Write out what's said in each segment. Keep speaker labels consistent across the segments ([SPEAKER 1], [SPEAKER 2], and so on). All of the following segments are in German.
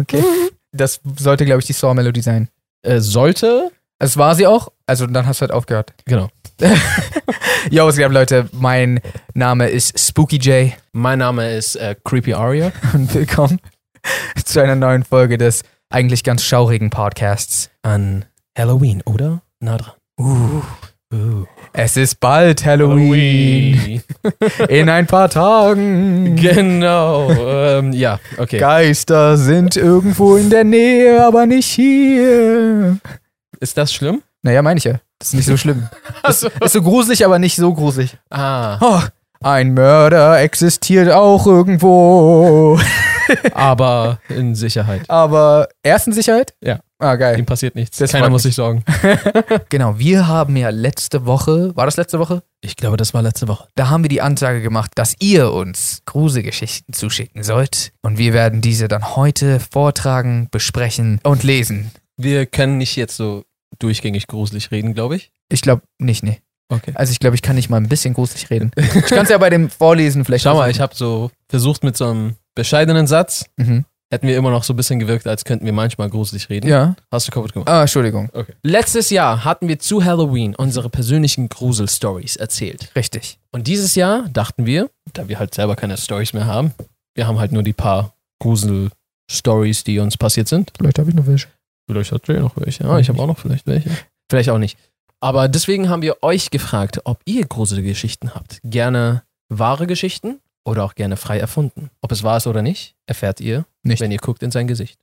[SPEAKER 1] Okay.
[SPEAKER 2] Das sollte, glaube ich, die Saw-Melodie sein.
[SPEAKER 1] Äh, sollte.
[SPEAKER 2] Es war sie auch, also dann hast du halt aufgehört.
[SPEAKER 1] Genau.
[SPEAKER 2] Yo, was geht ab, Leute? Mein Name ist Spooky J
[SPEAKER 1] Mein Name ist äh, Creepy Aria.
[SPEAKER 2] und willkommen zu einer neuen Folge des eigentlich ganz schaurigen Podcasts.
[SPEAKER 1] An Halloween, oder? Na dran.
[SPEAKER 2] Uh,
[SPEAKER 1] Uh,
[SPEAKER 2] es ist bald Halloween. In ein paar Tagen.
[SPEAKER 1] genau. ähm, ja, okay.
[SPEAKER 2] Geister sind irgendwo in der Nähe, aber nicht hier.
[SPEAKER 1] Ist das schlimm?
[SPEAKER 2] Naja, meine ich ja. Das ist nicht so schlimm.
[SPEAKER 1] Also,
[SPEAKER 2] Ist so gruselig, aber nicht so gruselig.
[SPEAKER 1] ah,
[SPEAKER 2] Oh, ein Mörder existiert auch irgendwo.
[SPEAKER 1] aber in Sicherheit.
[SPEAKER 2] Aber erst in Sicherheit?
[SPEAKER 1] Ja.
[SPEAKER 2] Ah, geil.
[SPEAKER 1] Ihm passiert nichts.
[SPEAKER 2] Das
[SPEAKER 1] Keiner
[SPEAKER 2] freut
[SPEAKER 1] muss
[SPEAKER 2] mich.
[SPEAKER 1] sich sorgen.
[SPEAKER 2] Genau, wir haben ja letzte Woche, war das letzte Woche?
[SPEAKER 1] Ich glaube, das war letzte Woche.
[SPEAKER 2] Da haben wir die Ansage gemacht, dass ihr uns Gruselgeschichten zuschicken sollt. Und wir werden diese dann heute vortragen, besprechen und lesen.
[SPEAKER 1] Wir können nicht jetzt so durchgängig gruselig reden, glaube ich.
[SPEAKER 2] Ich glaube nicht, nee.
[SPEAKER 1] Okay.
[SPEAKER 2] Also ich glaube, ich kann nicht mal ein bisschen gruselig reden. Ich kann es ja bei dem Vorlesen vielleicht.
[SPEAKER 1] Schau mal, ich
[SPEAKER 2] versuchen.
[SPEAKER 1] habe so versucht mit so einem bescheidenen Satz,
[SPEAKER 2] Mhm.
[SPEAKER 1] hätten wir immer noch so ein bisschen gewirkt, als könnten wir manchmal gruselig reden.
[SPEAKER 2] Ja.
[SPEAKER 1] Hast du kaputt gemacht.
[SPEAKER 2] Ah, Entschuldigung.
[SPEAKER 1] Letztes Jahr hatten wir zu Halloween unsere persönlichen Grusel-Stories erzählt.
[SPEAKER 2] Richtig.
[SPEAKER 1] Und dieses Jahr dachten wir, da wir halt selber keine Stories mehr haben, wir haben halt nur die paar Grusel-Stories, die uns passiert sind.
[SPEAKER 2] Vielleicht habe ich noch welche.
[SPEAKER 1] Vielleicht hat Jay noch welche. Ah, ich habe auch noch vielleicht welche. Vielleicht auch nicht. Aber deswegen haben wir euch gefragt, ob ihr Gruselgeschichten habt. Gerne wahre Geschichten oder auch gerne frei erfunden. Ob es wahr ist oder nicht, erfahrt ihr,
[SPEAKER 2] Nicht.
[SPEAKER 1] wenn ihr guckt in sein Gesicht.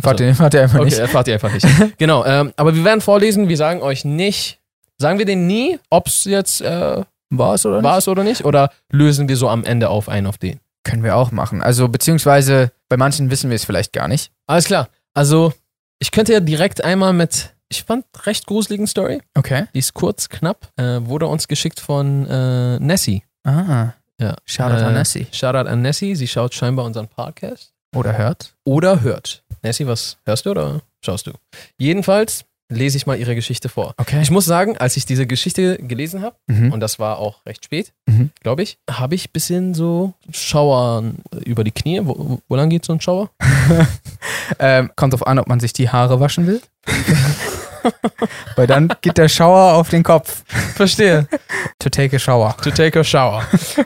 [SPEAKER 2] Warte, warte einfach
[SPEAKER 1] Okay,
[SPEAKER 2] nicht.
[SPEAKER 1] erfahrt ihr einfach nicht. genau, ähm, aber wir werden vorlesen, wir sagen euch nicht, sagen wir denen nie, ob es jetzt äh,
[SPEAKER 2] War es oder
[SPEAKER 1] wahr ist oder nicht, oder lösen wir so am Ende auf einen auf den.
[SPEAKER 2] Können wir auch machen. Also beziehungsweise bei manchen wissen wir es vielleicht gar nicht.
[SPEAKER 1] Alles klar, also ich könnte ja direkt einmal mit, ich fand recht gruseligen Story,
[SPEAKER 2] Okay.
[SPEAKER 1] die ist kurz, knapp, äh, wurde uns geschickt von äh, Nessie.
[SPEAKER 2] Ah.
[SPEAKER 1] Ja.
[SPEAKER 2] Shoutout an
[SPEAKER 1] Äh,
[SPEAKER 2] Nessie.
[SPEAKER 1] Shoutout an Nessie, sie schaut scheinbar unseren Podcast.
[SPEAKER 2] Oder hört?
[SPEAKER 1] Oder hört. Nessie, was hörst du oder schaust du? Jedenfalls lese ich mal ihre Geschichte vor.
[SPEAKER 2] Okay.
[SPEAKER 1] Ich muss sagen, als ich diese Geschichte gelesen habe,
[SPEAKER 2] mhm.
[SPEAKER 1] und das war auch recht spät,
[SPEAKER 2] Mhm.
[SPEAKER 1] glaube ich, habe ich ein bisschen so Schauern über die Knie. Wo, wo lang geht so ein Schauer?
[SPEAKER 2] ähm, kommt drauf an, ob man sich die Haare waschen will. Weil dann geht der Schauer auf den Kopf.
[SPEAKER 1] Verstehe.
[SPEAKER 2] To take a shower.
[SPEAKER 1] To take a shower.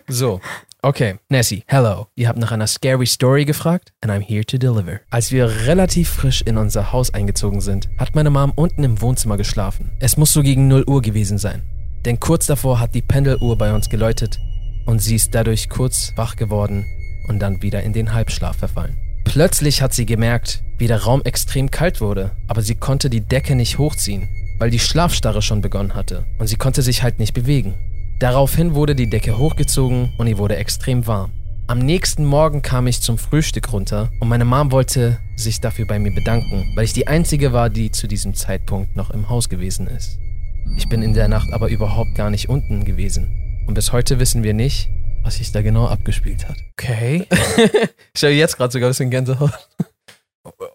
[SPEAKER 1] So. Okay, Nessie, hello. Ihr habt nach einer scary Story gefragt and I'm here to deliver. Als wir relativ frisch in unser Haus eingezogen sind, hat meine Mom unten im Wohnzimmer geschlafen. Es muss so gegen 0 Uhr gewesen sein. Denn kurz davor hat die Pendeluhr bei uns geläutet und sie ist dadurch kurz wach geworden und dann wieder in den Halbschlaf verfallen. Plötzlich hat sie gemerkt, wie der Raum extrem kalt wurde, aber sie konnte die Decke nicht hochziehen, weil die Schlafstarre schon begonnen hatte und sie konnte sich halt nicht bewegen. Daraufhin wurde die Decke hochgezogen und ihr wurde extrem warm. Am nächsten Morgen kam ich zum Frühstück runter und meine Mom wollte sich dafür bei mir bedanken, weil ich die einzige war, die zu diesem Zeitpunkt noch im Haus gewesen ist. Ich bin in der Nacht aber überhaupt gar nicht unten gewesen und bis heute wissen wir nicht, was sich da genau abgespielt hat.
[SPEAKER 2] Okay.
[SPEAKER 1] Ich habe jetzt gerade sogar ein bisschen Gänsehaut.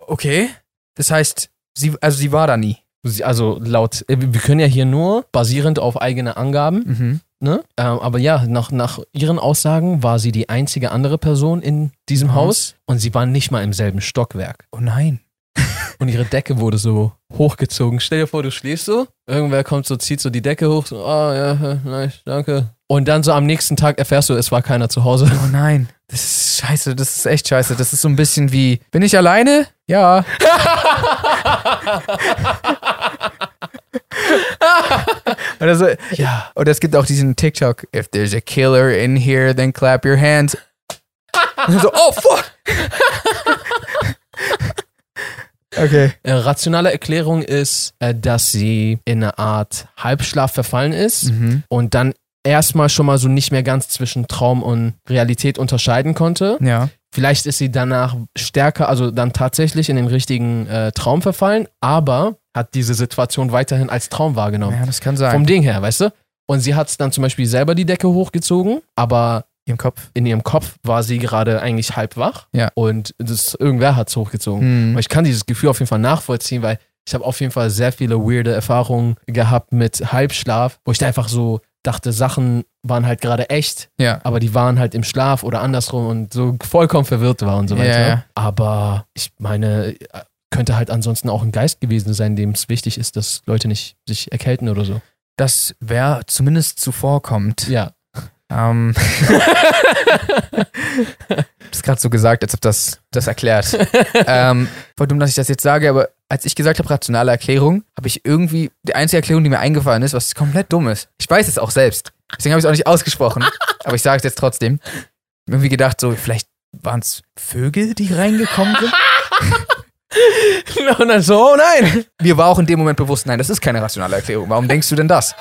[SPEAKER 2] Okay. Das heißt, sie, also sie war da nie.
[SPEAKER 1] Sie- Also laut, äh, wir können ja hier nur basierend auf eigene Angaben,
[SPEAKER 2] Mhm.
[SPEAKER 1] ne? Ähm, aber ja, nach, nach ihren Aussagen war sie die einzige andere Person in diesem
[SPEAKER 2] Mhm.
[SPEAKER 1] Haus und sie waren nicht mal im selben Stockwerk.
[SPEAKER 2] Oh nein.
[SPEAKER 1] Und ihre Decke wurde so hochgezogen. Stell dir vor, du schläfst so, irgendwer kommt so, zieht so die Decke hoch, so, ah ja, äh, nice, danke. Und dann so am nächsten Tag erfährst du, es war keiner zu Hause.
[SPEAKER 2] Oh nein. Das ist scheiße. Das ist echt scheiße. Das ist so ein bisschen wie, bin ich alleine? Ja. Oder so.
[SPEAKER 1] Ja.
[SPEAKER 2] Oder es gibt auch diesen TikTok. If there's a killer in here, then clap your hands. Und so, oh fuck. okay.
[SPEAKER 1] Äh, rationale Erklärung ist, äh, dass sie in eine Art Halbschlaf verfallen ist
[SPEAKER 2] Mhm.
[SPEAKER 1] und dann erstmal schon mal so nicht mehr ganz zwischen Traum und Realität unterscheiden konnte.
[SPEAKER 2] Ja.
[SPEAKER 1] Vielleicht ist sie danach stärker, also dann tatsächlich in den richtigen äh, Traum verfallen, aber hat diese Situation weiterhin als Traum wahrgenommen.
[SPEAKER 2] Ja, das kann sein.
[SPEAKER 1] Vom Ding her, weißt du? Und sie hat dann zum Beispiel selber die Decke hochgezogen, aber
[SPEAKER 2] Im Kopf.
[SPEAKER 1] in ihrem Kopf war sie gerade eigentlich halb wach
[SPEAKER 2] Ja.
[SPEAKER 1] und das, irgendwer hat es hochgezogen.
[SPEAKER 2] Hm.
[SPEAKER 1] Mhm. Aber ich kann dieses Gefühl auf jeden Fall nachvollziehen, weil Ich habe auf jeden Fall sehr viele weirde Erfahrungen gehabt mit Halbschlaf, wo ich da einfach so dachte, Sachen waren halt gerade echt,
[SPEAKER 2] Ja.
[SPEAKER 1] aber die waren halt im Schlaf oder andersrum und so vollkommen verwirrt war und so weiter.
[SPEAKER 2] Ja, ja.
[SPEAKER 1] Aber ich meine, könnte halt ansonsten auch ein Geist gewesen sein, dem es wichtig ist, dass Leute nicht sich erkälten oder so.
[SPEAKER 2] Das wäre zumindest zuvorkommt.
[SPEAKER 1] Ja.
[SPEAKER 2] Ähm. Hab's gerade so gesagt, als ob das das erklärt. ähm, voll dumm, dass ich das jetzt sage, aber als ich gesagt habe, rationale Erklärung, habe ich irgendwie die einzige Erklärung, die mir eingefallen ist, was komplett dumm ist. Ich weiß es auch selbst. Deswegen habe ich es auch nicht ausgesprochen, aber ich sage es jetzt trotzdem. Irgendwie gedacht, so, vielleicht waren es Vögel, die reingekommen sind.
[SPEAKER 1] und dann so, oh nein!
[SPEAKER 2] Mir war auch in dem Moment bewusst, nein, das ist keine rationale Erklärung. Warum denkst du denn das?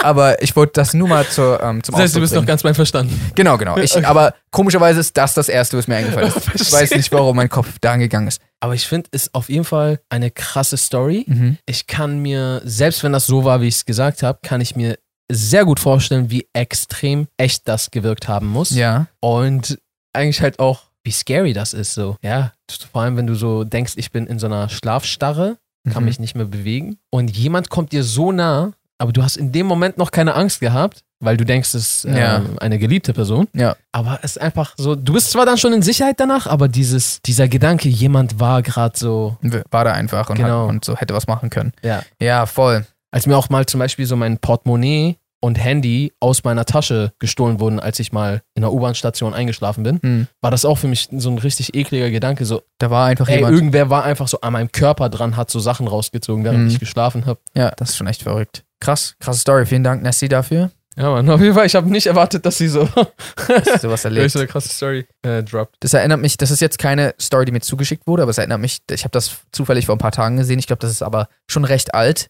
[SPEAKER 2] Aber ich wollte das nur mal zur, ähm, zum
[SPEAKER 1] Das heißt, du
[SPEAKER 2] Ausdruck
[SPEAKER 1] bist
[SPEAKER 2] bringen.
[SPEAKER 1] noch ganz mein Verstanden.
[SPEAKER 2] Genau, genau. Ich, Aber komischerweise ist das das Erste, was mir eingefallen ist. Ich weiß nicht, warum mein Kopf da angegangen ist.
[SPEAKER 1] Aber ich finde, ist auf jeden Fall eine krasse Story.
[SPEAKER 2] Mhm.
[SPEAKER 1] Ich kann mir, selbst wenn das so war, wie ich es gesagt habe, kann ich mir sehr gut vorstellen, wie extrem echt das gewirkt haben muss.
[SPEAKER 2] Ja.
[SPEAKER 1] Und eigentlich halt auch, wie scary das ist so. Ja, vor allem, wenn du so denkst, ich bin in so einer Schlafstarre, kann
[SPEAKER 2] Mhm.
[SPEAKER 1] mich nicht mehr bewegen. Und jemand kommt dir so nah, aber du hast in dem Moment noch keine Angst gehabt, weil du denkst, es ist ähm,
[SPEAKER 2] Ja.
[SPEAKER 1] eine geliebte Person.
[SPEAKER 2] Ja.
[SPEAKER 1] Aber es ist einfach so, du bist zwar dann schon in Sicherheit danach, aber dieses, dieser Gedanke, jemand war gerade so,
[SPEAKER 2] War da einfach und,
[SPEAKER 1] Genau.
[SPEAKER 2] hat, und so hätte was machen können.
[SPEAKER 1] ja.
[SPEAKER 2] Ja, voll.
[SPEAKER 1] Als mir auch mal zum Beispiel so mein Portemonnaie und Handy aus meiner Tasche gestohlen wurden, als ich mal in einer U-Bahn-Station eingeschlafen bin,
[SPEAKER 2] Hm.
[SPEAKER 1] war das auch für mich so ein richtig ekliger Gedanke. So,
[SPEAKER 2] Da war einfach
[SPEAKER 1] ey,
[SPEAKER 2] jemand.
[SPEAKER 1] irgendwer war einfach so an meinem Körper dran, hat so Sachen rausgezogen, während
[SPEAKER 2] Mhm.
[SPEAKER 1] ich geschlafen habe.
[SPEAKER 2] Ja, das ist schon echt verrückt. Krass, krasse Story. Vielen Dank, Nessie, dafür.
[SPEAKER 1] Ja, Mann, auf jeden Fall, ich habe nicht erwartet, dass sie so,
[SPEAKER 2] dass du was erlebt.
[SPEAKER 1] so eine krasse Story äh, droppt.
[SPEAKER 2] Das erinnert mich, das ist jetzt keine Story, die mir zugeschickt wurde, aber es erinnert mich, ich habe das zufällig vor ein paar Tagen gesehen. Ich glaube, das ist aber schon recht alt.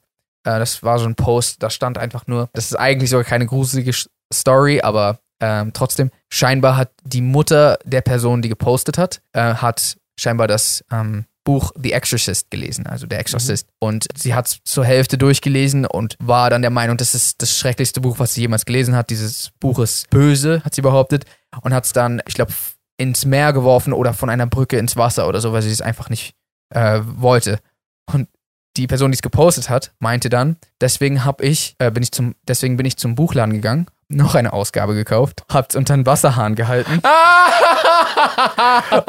[SPEAKER 2] Äh, das war so ein Post, da stand einfach nur, das ist eigentlich sogar keine gruselige Sch- Story, aber ähm, trotzdem, scheinbar hat die Mutter der Person, die gepostet hat, äh, hat scheinbar das ähm, Buch The Exorcist gelesen, also der Exorcist. Und sie hat es zur Hälfte durchgelesen und war dann der Meinung, das ist das schrecklichste Buch, was sie jemals gelesen hat. Dieses Buch ist böse, hat sie behauptet. Und hat es dann, ich glaube, ins Meer geworfen oder von einer Brücke ins Wasser oder so, weil sie es einfach nicht äh, wollte. Und die Person, die es gepostet hat, meinte dann, deswegen hab ich, äh, bin ich zum, deswegen bin ich zum Buchladen gegangen, noch eine Ausgabe gekauft, hab's unter den Wasserhahn gehalten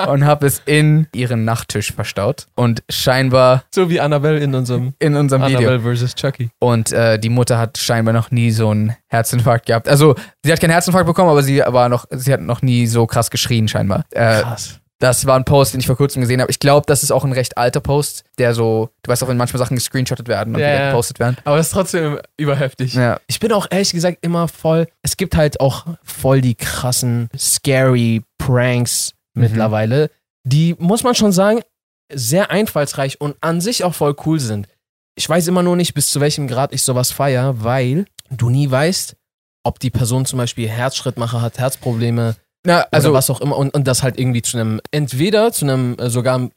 [SPEAKER 2] und hab es in ihren Nachttisch verstaut. Und scheinbar
[SPEAKER 1] So wie Annabelle in unserem
[SPEAKER 2] in unserem Video.
[SPEAKER 1] Annabelle vs. Chucky.
[SPEAKER 2] Und äh, die Mutter hat scheinbar noch nie so einen Herzinfarkt gehabt. Also, sie hat keinen Herzinfarkt bekommen, aber sie war noch, sie hat noch nie so krass geschrien, scheinbar. Äh,
[SPEAKER 1] Krass.
[SPEAKER 2] das war ein Post, den ich vor kurzem gesehen habe. Ich glaube, das ist auch ein recht alter Post, der so, du weißt auch, wenn manchmal Sachen gescreenshottet werden und
[SPEAKER 1] Ja,
[SPEAKER 2] wieder
[SPEAKER 1] ja.
[SPEAKER 2] gepostet werden.
[SPEAKER 1] Aber es ist trotzdem überheftig.
[SPEAKER 2] Ja.
[SPEAKER 1] Ich bin auch ehrlich gesagt immer voll. Es gibt halt auch voll die krassen, scary Pranks
[SPEAKER 2] Mhm.
[SPEAKER 1] mittlerweile, die, muss man schon sagen, sehr einfallsreich und an sich auch voll cool sind. Ich weiß immer nur nicht, bis zu welchem Grad ich sowas feier, weil du nie weißt, ob die Person zum Beispiel Herzschrittmacher hat, Herzprobleme
[SPEAKER 2] Na,
[SPEAKER 1] also
[SPEAKER 2] also,
[SPEAKER 1] oder was auch immer und, und das halt irgendwie zu einem, entweder zu einem äh, sogar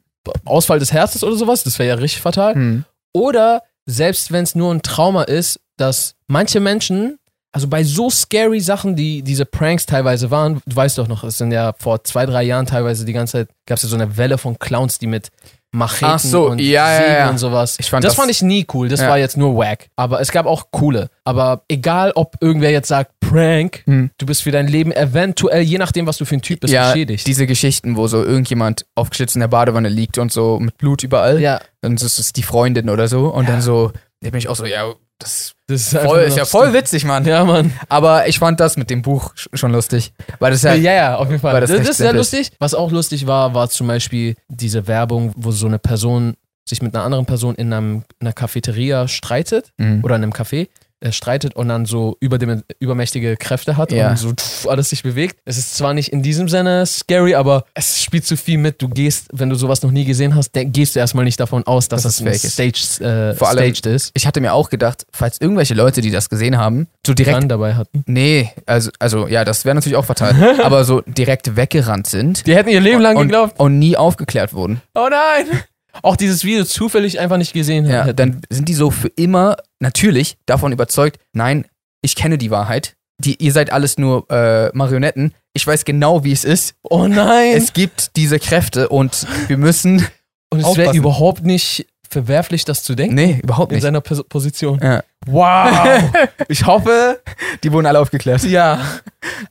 [SPEAKER 1] Ausfall des Herzens oder sowas, das wäre ja richtig fatal,
[SPEAKER 2] hm,
[SPEAKER 1] oder selbst wenn es nur ein Trauma ist, dass manche Menschen, also bei so scary Sachen, die diese Pranks teilweise waren, du weißt doch noch, es sind ja vor zwei, drei Jahren teilweise die ganze Zeit, gab es ja so eine Welle von Clowns, die mit Macheten
[SPEAKER 2] Ach so,
[SPEAKER 1] und
[SPEAKER 2] ja, ja,
[SPEAKER 1] Sägen
[SPEAKER 2] ja.
[SPEAKER 1] und sowas.
[SPEAKER 2] Ich fand
[SPEAKER 1] das,
[SPEAKER 2] das-
[SPEAKER 1] fand ich nie cool, das
[SPEAKER 2] Ja.
[SPEAKER 1] war jetzt nur wack. Aber es gab auch coole. Aber egal, ob irgendwer jetzt sagt, Prank,
[SPEAKER 2] Hm.
[SPEAKER 1] du bist für dein Leben eventuell, je nachdem, was du für ein Typ bist,
[SPEAKER 2] ja,
[SPEAKER 1] beschädigt.
[SPEAKER 2] diese Geschichten, wo so irgendjemand aufgeschützt in der Badewanne liegt und so mit Blut überall.
[SPEAKER 1] ja,
[SPEAKER 2] Und es ist die Freundin oder so. Und dann so, da bin ich auch so, ja, das
[SPEAKER 1] das ist,
[SPEAKER 2] ist,
[SPEAKER 1] einfach
[SPEAKER 2] voll,
[SPEAKER 1] nur
[SPEAKER 2] ist
[SPEAKER 1] noch
[SPEAKER 2] ja voll
[SPEAKER 1] stupid.
[SPEAKER 2] witzig, Mann.
[SPEAKER 1] Ja, Mann.
[SPEAKER 2] Aber ich fand das mit dem Buch sch- schon lustig. Weil das ja,
[SPEAKER 1] Äh, Ja, ja, auf jeden Fall.
[SPEAKER 2] Weil
[SPEAKER 1] Das,
[SPEAKER 2] das
[SPEAKER 1] das
[SPEAKER 2] recht
[SPEAKER 1] ist sehr
[SPEAKER 2] simpel
[SPEAKER 1] lustig. Was auch lustig war, war zum Beispiel diese Werbung, wo so eine Person sich mit einer anderen Person in, einem, in einer Cafeteria streitet
[SPEAKER 2] Mhm.
[SPEAKER 1] oder in einem Café äh, streitet und dann so überdim- übermächtige Kräfte hat
[SPEAKER 2] Ja.
[SPEAKER 1] und so pff, alles sich bewegt. Es ist zwar nicht in diesem Sinne scary, aber es spielt zu viel mit. Du gehst, wenn du sowas noch nie gesehen hast, denk, gehst du erstmal nicht davon aus, dass das,
[SPEAKER 2] Dass es
[SPEAKER 1] ein
[SPEAKER 2] fake ist.
[SPEAKER 1] Stage, äh,
[SPEAKER 2] Vor allem-
[SPEAKER 1] staged ist.
[SPEAKER 2] Ich hatte mir auch gedacht, falls irgendwelche Leute, die das gesehen haben, so direkt
[SPEAKER 1] Direkt dabei hatten.
[SPEAKER 2] Nee, also, also ja, das wäre natürlich auch fatal. aber so direkt weggerannt sind
[SPEAKER 1] Die hätten ihr Leben lang
[SPEAKER 2] und,
[SPEAKER 1] geglaubt.
[SPEAKER 2] und nie aufgeklärt wurden.
[SPEAKER 1] Oh nein! Auch dieses Video zufällig einfach nicht gesehen
[SPEAKER 2] Ja,
[SPEAKER 1] hätten.
[SPEAKER 2] dann sind die so für immer natürlich davon überzeugt, nein, ich kenne die Wahrheit. Die, ihr seid alles nur äh, Marionetten. Ich weiß genau, wie es ist.
[SPEAKER 1] Oh nein!
[SPEAKER 2] Es gibt diese Kräfte und wir müssen.
[SPEAKER 1] Und es wäre
[SPEAKER 2] Aufpassen.
[SPEAKER 1] überhaupt nicht verwerflich, das zu denken
[SPEAKER 2] Nee, überhaupt
[SPEAKER 1] in
[SPEAKER 2] nicht.
[SPEAKER 1] seiner Pos- Position.
[SPEAKER 2] Ja.
[SPEAKER 1] Wow! ich hoffe,
[SPEAKER 2] Die wurden alle aufgeklärt.
[SPEAKER 1] ja.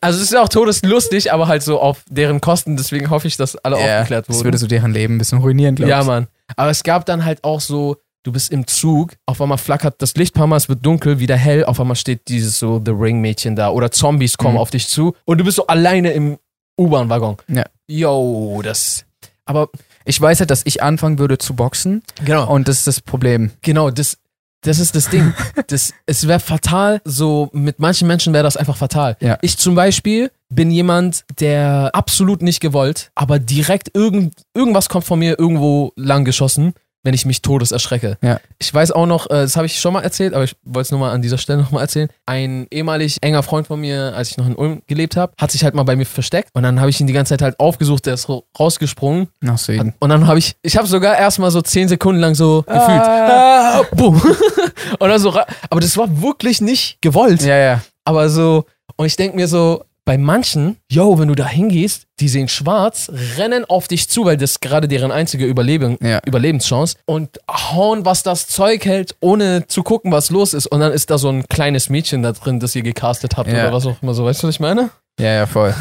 [SPEAKER 1] Also es ist auch todeslustig, aber halt so auf deren Kosten, deswegen hoffe ich, dass alle aufgeklärt
[SPEAKER 2] Das
[SPEAKER 1] wurden.
[SPEAKER 2] würde so deren Leben ein bisschen ruinieren, glaube ich.
[SPEAKER 1] Ja, Mann. Aber es gab dann halt auch so, du bist im Zug, auf einmal flackert das Licht ein paar Mal, es wird dunkel, wieder hell, auf einmal steht dieses so The Ring-Mädchen da oder Zombies kommen
[SPEAKER 2] Mhm.
[SPEAKER 1] auf dich zu und du bist so alleine im U-Bahn-Waggon.
[SPEAKER 2] Ja.
[SPEAKER 1] Yo, das. Aber
[SPEAKER 2] Ich weiß halt, dass ich anfangen würde zu boxen
[SPEAKER 1] genau,
[SPEAKER 2] und das ist das Problem.
[SPEAKER 1] genau, das, das ist das Ding. das, es wäre fatal, so mit manchen Menschen wäre das einfach fatal.
[SPEAKER 2] Ja.
[SPEAKER 1] Ich zum Beispiel bin jemand, der absolut nicht gewollt, aber direkt irgend, irgendwas kommt von mir irgendwo lang geschossen, wenn ich mich todes erschrecke.
[SPEAKER 2] Ja.
[SPEAKER 1] Ich weiß auch noch, äh, das habe ich schon mal erzählt, aber ich wollte es nur mal an dieser Stelle nochmal erzählen. Ein ehemalig enger Freund von mir, als ich noch in Ulm gelebt habe, hat sich halt mal bei mir versteckt und dann habe ich ihn die ganze Zeit halt aufgesucht, der ist ra- rausgesprungen
[SPEAKER 2] Nach Süden.
[SPEAKER 1] und dann habe ich, ich habe sogar erstmal so zehn Sekunden lang so gefühlt. Ah, boom. und dann so, ra- aber das war wirklich nicht gewollt.
[SPEAKER 2] Ja, ja.
[SPEAKER 1] Aber so, und ich denke mir so, bei manchen, yo, wenn du da hingehst, die sehen schwarz, rennen auf dich zu, weil das ist gerade deren einzige Überleben,
[SPEAKER 2] Ja.
[SPEAKER 1] Überlebenschance und hauen, was das Zeug hält, ohne zu gucken, was los ist. Und dann ist da so ein kleines Mädchen da drin, das ihr gecastet habt
[SPEAKER 2] Ja.
[SPEAKER 1] oder was auch immer so. Weißt du, was ich meine?
[SPEAKER 2] Ja, ja, voll.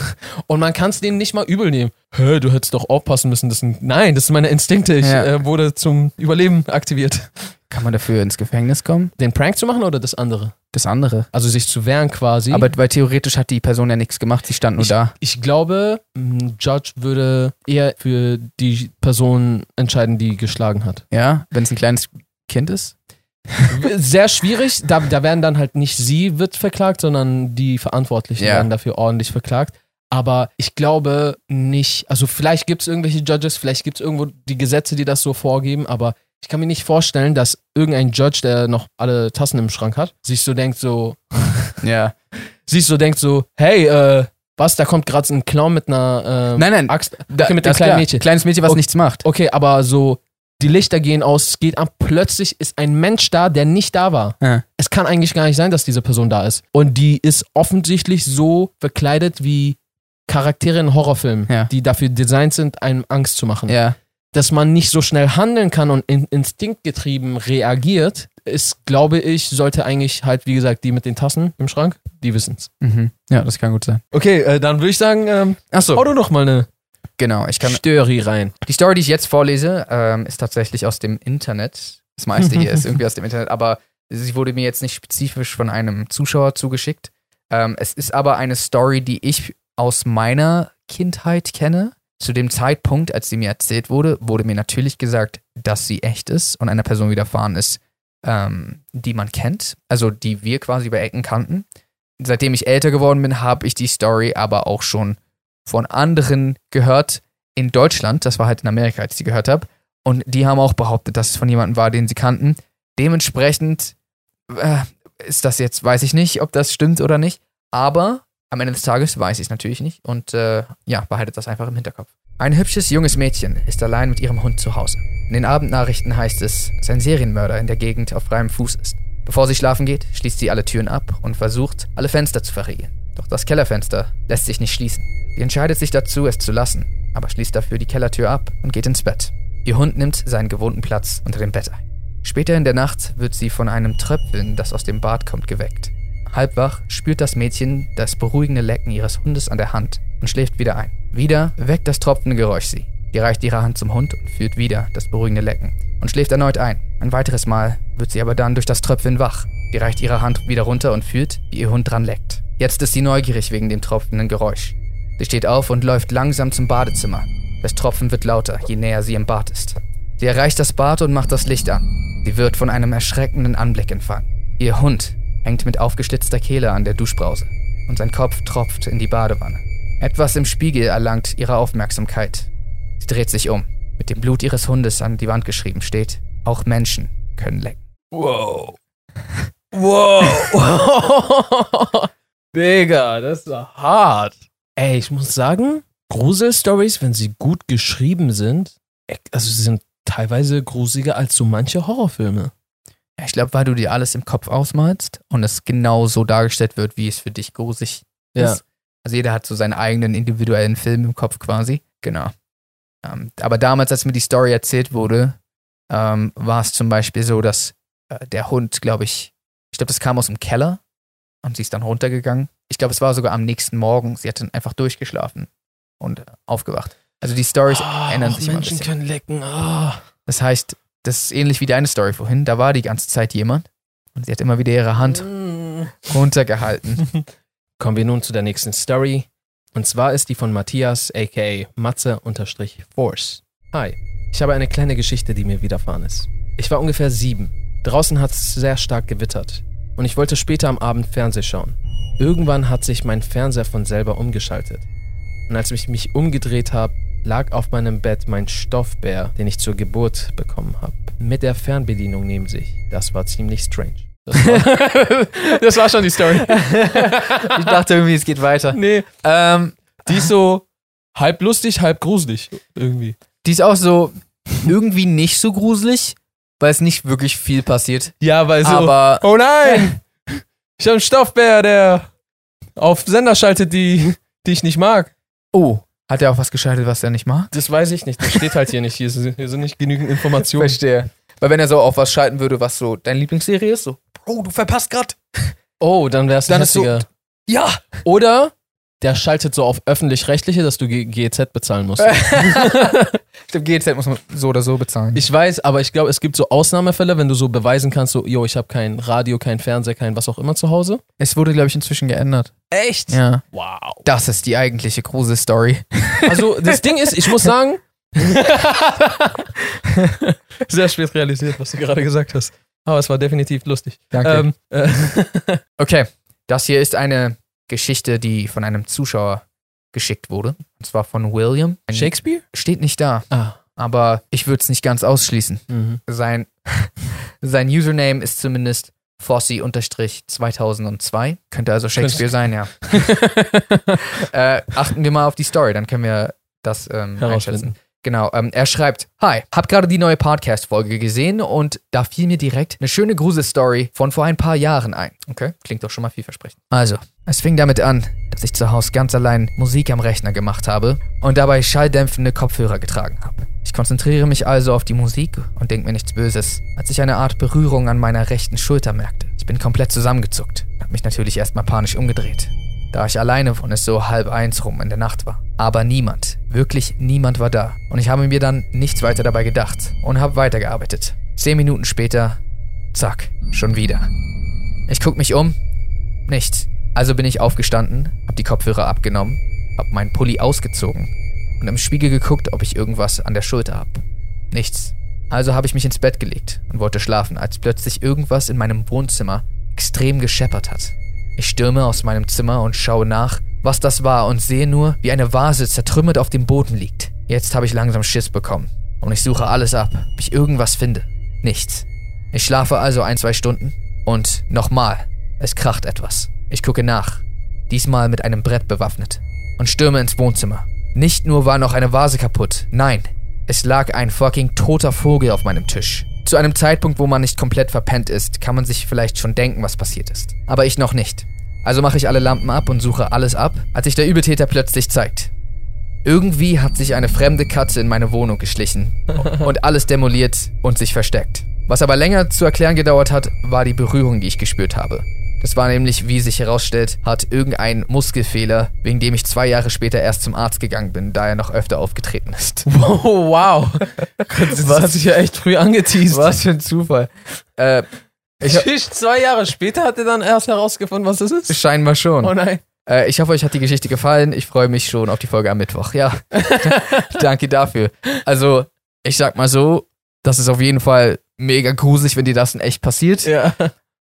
[SPEAKER 1] Und man kann es denen nicht mal übel nehmen. Hä, du hättest doch aufpassen müssen. Das sind, nein, das sind meine Instinkte. Ich
[SPEAKER 2] Ja.
[SPEAKER 1] äh, wurde zum Überleben aktiviert.
[SPEAKER 2] Kann man dafür ins Gefängnis kommen?
[SPEAKER 1] Den Prank zu machen oder das andere?
[SPEAKER 2] Das andere.
[SPEAKER 1] Also sich zu wehren quasi.
[SPEAKER 2] Aber weil theoretisch hat die Person ja nichts gemacht, sie stand nur da.
[SPEAKER 1] ich glaube, ein Judge würde eher für die Person entscheiden, die geschlagen hat.
[SPEAKER 2] Ja, wenn es ein kleines Kind ist.
[SPEAKER 1] Sehr schwierig. Da, da werden dann halt nicht sie wird verklagt, sondern die Verantwortlichen
[SPEAKER 2] Ja.
[SPEAKER 1] werden dafür ordentlich verklagt. Aber ich glaube nicht, also vielleicht gibt es irgendwelche Judges, vielleicht gibt es irgendwo die Gesetze, die das so vorgeben, aber ich kann mir nicht vorstellen, dass irgendein Judge, der noch alle Tassen im Schrank hat, sich so denkt, so,
[SPEAKER 2] Ja.
[SPEAKER 1] sich so denkt, so, hey, äh, was, da kommt gerade ein Clown mit einer ähm,
[SPEAKER 2] Nein, nein.
[SPEAKER 1] Axt.
[SPEAKER 2] Da,
[SPEAKER 1] okay, mit dem
[SPEAKER 2] das ist
[SPEAKER 1] kleinen
[SPEAKER 2] klar.
[SPEAKER 1] Mädchen. Oh.
[SPEAKER 2] Kleines Mädchen, was
[SPEAKER 1] Okay.
[SPEAKER 2] nichts macht.
[SPEAKER 1] Okay, aber so, die Lichter gehen aus, es geht ab, plötzlich ist ein Mensch da, der nicht da war.
[SPEAKER 2] Ja.
[SPEAKER 1] Es kann eigentlich gar nicht sein, dass diese Person da ist. Und die ist offensichtlich so verkleidet wie Charaktere in Horrorfilmen,
[SPEAKER 2] Ja.
[SPEAKER 1] die dafür designt sind, einem Angst zu machen.
[SPEAKER 2] Ja.
[SPEAKER 1] Dass man nicht so schnell handeln kann und in instinktgetrieben reagiert, ist, glaube ich, sollte eigentlich halt, wie gesagt, die mit den Tassen im Schrank, die wissen's.
[SPEAKER 2] Mhm. Ja, das kann gut sein.
[SPEAKER 1] Okay, äh, dann würde ich sagen, ähm, hau
[SPEAKER 2] Achso.
[SPEAKER 1] du noch mal eine
[SPEAKER 2] Genau, ich kann.
[SPEAKER 1] Störi rein.
[SPEAKER 2] Die Story, die ich jetzt vorlese, ähm, ist tatsächlich aus dem Internet. Das meiste hier ist irgendwie aus dem Internet, aber sie wurde mir jetzt nicht spezifisch von einem Zuschauer zugeschickt. Ähm, es ist aber eine Story, die ich aus meiner Kindheit kenne. Zu dem Zeitpunkt, als sie mir erzählt wurde, wurde mir natürlich gesagt, dass sie echt ist und einer Person widerfahren ist, ähm, die man kennt, also die wir quasi über Ecken kannten. Seitdem ich älter geworden bin, habe ich die Story aber auch schon von anderen gehört, in Deutschland, das war halt in Amerika, als ich die gehört habe, und die haben auch behauptet, dass es von jemandem war, den sie kannten. Dementsprechend äh, ist das jetzt, weiß ich nicht, ob das stimmt oder nicht, aber am Ende des Tages weiß ich es natürlich nicht und äh, ja, behaltet das einfach im Hinterkopf. Ein hübsches junges Mädchen ist allein mit ihrem Hund zu Hause. In den Abendnachrichten heißt es, dass ein Serienmörder in der Gegend auf freiem Fuß ist. Bevor sie schlafen geht, schließt sie alle Türen ab und versucht, alle Fenster zu verriegeln. Doch das Kellerfenster lässt sich nicht schließen. Sie entscheidet sich dazu, es zu lassen, aber schließt dafür die Kellertür ab und geht ins Bett. Ihr Hund nimmt seinen gewohnten Platz unter dem Bett ein. Später in der Nacht wird sie von einem Tröpfeln, das aus dem Bad kommt, geweckt. Halbwach spürt das Mädchen das beruhigende Lecken ihres Hundes an der Hand und schläft wieder ein. Wieder weckt das tropfende Geräusch sie. Sie reicht ihre Hand zum Hund und fühlt wieder das beruhigende Lecken und schläft erneut ein. Ein weiteres Mal wird sie aber dann durch das Tröpfeln wach. Sie reicht ihre Hand wieder runter und fühlt, wie ihr Hund dran leckt. Jetzt ist sie neugierig wegen dem tropfenden Geräusch. Sie steht auf und läuft langsam zum Badezimmer. Das Tropfen wird lauter, je näher sie im Bad ist. Sie erreicht das Bad und macht das Licht an. Sie wird von einem erschreckenden Anblick empfangen. Ihr Hund hängt mit aufgeschlitzter Kehle an der Duschbrause und sein Kopf tropft in die Badewanne. Etwas im Spiegel erlangt ihre Aufmerksamkeit. Sie dreht sich um. Mit dem Blut ihres Hundes an die Wand geschrieben steht, auch Menschen können lecken.
[SPEAKER 1] Wow. Wow. Digga, das war hart. Ey, ich muss sagen, Grusel-Stories, wenn sie gut geschrieben sind, echt, also sie sind teilweise grusiger als so manche Horrorfilme.
[SPEAKER 2] Ja, ich glaube, weil du dir alles im Kopf ausmalst und es genau so dargestellt wird, wie es für dich grusig
[SPEAKER 1] Ja.
[SPEAKER 2] ist. Also jeder hat so seinen eigenen individuellen Film im Kopf quasi. Genau. Ähm, aber damals, als mir die Story erzählt wurde, ähm, war es zum Beispiel so, dass äh, der Hund, glaube ich, ich glaube, das kam aus dem Keller und sie ist dann runtergegangen. Ich glaube, es war sogar am nächsten Morgen. Sie hat dann einfach durchgeschlafen und äh, aufgewacht. Also die Stories
[SPEAKER 1] Ah,
[SPEAKER 2] ändern sich mal ein
[SPEAKER 1] Menschen
[SPEAKER 2] bisschen.
[SPEAKER 1] können lecken. Oh.
[SPEAKER 2] Das heißt, das ist ähnlich wie deine Story vorhin. Da war die ganze Zeit jemand und sie hat immer wieder ihre Hand
[SPEAKER 1] Mm.
[SPEAKER 2] runtergehalten.
[SPEAKER 1] Kommen wir nun zu der nächsten Story. Und zwar ist die von Matthias, aka Matze-Force. Hi, ich habe eine kleine Geschichte, die mir widerfahren ist. Ich war ungefähr sieben. Draußen hat es sehr stark gewittert. Und ich wollte später am Abend Fernseh schauen. Irgendwann hat sich mein Fernseher von selber umgeschaltet. Und als ich mich umgedreht habe, lag auf meinem Bett mein Stoffbär, den ich zur Geburt bekommen habe. Mit der Fernbedienung neben sich. Das war ziemlich strange. Das war, das war schon die Story.
[SPEAKER 2] ich dachte irgendwie, es geht weiter.
[SPEAKER 1] Nee,
[SPEAKER 2] Ähm,
[SPEAKER 1] die ist so halb lustig, halb gruselig irgendwie.
[SPEAKER 2] die ist auch so irgendwie nicht so gruselig, weil es nicht wirklich viel passiert.
[SPEAKER 1] Ja, weil
[SPEAKER 2] Also-
[SPEAKER 1] so.
[SPEAKER 2] Aber
[SPEAKER 1] oh nein! Ich habe einen Stoffbär, der auf Sender schaltet, die, die ich nicht mag.
[SPEAKER 2] oh, hat er auch was geschaltet, was er nicht mag?
[SPEAKER 1] Das weiß ich nicht. Das steht halt hier nicht. Hier sind, hier sind nicht genügend Informationen.
[SPEAKER 2] Verstehe. Weil wenn er so auf was schalten würde, was so deine Lieblingsserie ist, so, Bro, du verpasst grad.
[SPEAKER 1] Oh, dann wär's
[SPEAKER 2] Dann ist so-
[SPEAKER 1] lästiger.
[SPEAKER 2] Ja.
[SPEAKER 1] Oder der schaltet so auf öffentlich-rechtliche, dass du G- GEZ bezahlen musst.
[SPEAKER 2] Stimmt, GZ muss man so oder so bezahlen.
[SPEAKER 1] Ich weiß, aber ich glaube, es gibt so Ausnahmefälle, wenn du so beweisen kannst, so, yo, ich habe kein Radio, kein Fernseher, kein was auch immer zu Hause.
[SPEAKER 2] es wurde, glaube ich, inzwischen geändert.
[SPEAKER 1] Echt?
[SPEAKER 2] Ja.
[SPEAKER 1] Wow.
[SPEAKER 2] Das ist die eigentliche Grusel-Story.
[SPEAKER 1] Also das Ding ist, ich muss sagen, sehr spät realisiert, was du gerade gesagt hast. Aber es war definitiv lustig.
[SPEAKER 2] Danke.
[SPEAKER 1] Ähm, äh,
[SPEAKER 2] Okay, das hier ist eine Geschichte, die von einem Zuschauer geschickt wurde. Und zwar von William. Ein-
[SPEAKER 1] Shakespeare?
[SPEAKER 2] Steht nicht da,
[SPEAKER 1] Ah.
[SPEAKER 2] aber ich würde es nicht ganz ausschließen.
[SPEAKER 1] Mhm.
[SPEAKER 2] Sein, sein Username ist zumindest Fossi-2002. Könnte also Shakespeare sein, ja. äh, achten wir mal auf die Story, dann können wir das ähm, einschätzen.
[SPEAKER 1] Herausfinden.
[SPEAKER 2] Genau, ähm, er schreibt, Hi, hab gerade die neue Podcast-Folge gesehen und da fiel mir direkt eine schöne Gruselstory von vor ein paar Jahren ein. Okay, klingt doch schon mal vielversprechend. Also, es fing damit an, dass ich zu Hause ganz allein Musik am Rechner gemacht habe und dabei schalldämpfende Kopfhörer getragen habe. Ich konzentriere mich also auf die Musik und denke mir nichts Böses, als ich eine Art Berührung an meiner rechten Schulter merkte. Ich bin komplett zusammengezuckt, hab mich natürlich erstmal panisch umgedreht da ich alleine von es so halb eins rum in der Nacht war. Aber niemand, wirklich niemand war da. Und ich habe mir dann nichts weiter dabei gedacht und habe weitergearbeitet. Zehn Minuten später, zack, schon wieder. Ich guck mich um, nichts. Also bin ich aufgestanden, habe die Kopfhörer abgenommen, habe meinen Pulli ausgezogen und im Spiegel geguckt, ob ich irgendwas an der Schulter habe. Nichts. Also habe ich mich ins Bett gelegt und wollte schlafen, als plötzlich irgendwas in meinem Wohnzimmer extrem gescheppert hat. Ich stürme aus meinem Zimmer und schaue nach, was das war und sehe nur, wie eine Vase zertrümmert auf dem Boden liegt. Jetzt habe ich langsam Schiss bekommen und ich suche alles ab, ob ich irgendwas finde. Nichts. Ich schlafe also ein, zwei Stunden und nochmal, es kracht etwas. Ich gucke nach, diesmal mit einem Brett bewaffnet und stürme ins Wohnzimmer. Nicht nur war noch eine Vase kaputt, nein, es lag ein fucking toter Vogel auf meinem Tisch. Zu einem Zeitpunkt, wo man nicht komplett verpennt ist, kann man sich vielleicht schon denken, was passiert ist. Aber ich noch nicht. Also mache ich alle Lampen ab und suche alles ab, als sich der Übeltäter plötzlich zeigt. Irgendwie hat sich eine fremde Katze in meine Wohnung geschlichen und alles demoliert und sich versteckt. Was aber länger zu erklären gedauert hat, war die Berührung, die ich gespürt habe. Das war nämlich, wie sich herausstellt, hat irgendein Muskelfehler, wegen dem ich zwei Jahre später erst zum Arzt gegangen bin, da er noch öfter aufgetreten ist.
[SPEAKER 1] Wow, wow. Das
[SPEAKER 2] Was?
[SPEAKER 1] hat sich ja echt früh angeteased.
[SPEAKER 2] für ein Zufall. Äh, ich hab,
[SPEAKER 1] Tisch, zwei Jahre später hat er dann erst herausgefunden, was das ist.
[SPEAKER 2] scheinbar schon.
[SPEAKER 1] Oh nein.
[SPEAKER 2] Äh, ich hoffe, euch hat die Geschichte gefallen. Ich freue mich schon auf die Folge am Mittwoch. Ja, danke dafür. Also, ich sag mal so, das ist auf jeden Fall mega gruselig, wenn dir das in echt passiert.
[SPEAKER 1] Ja.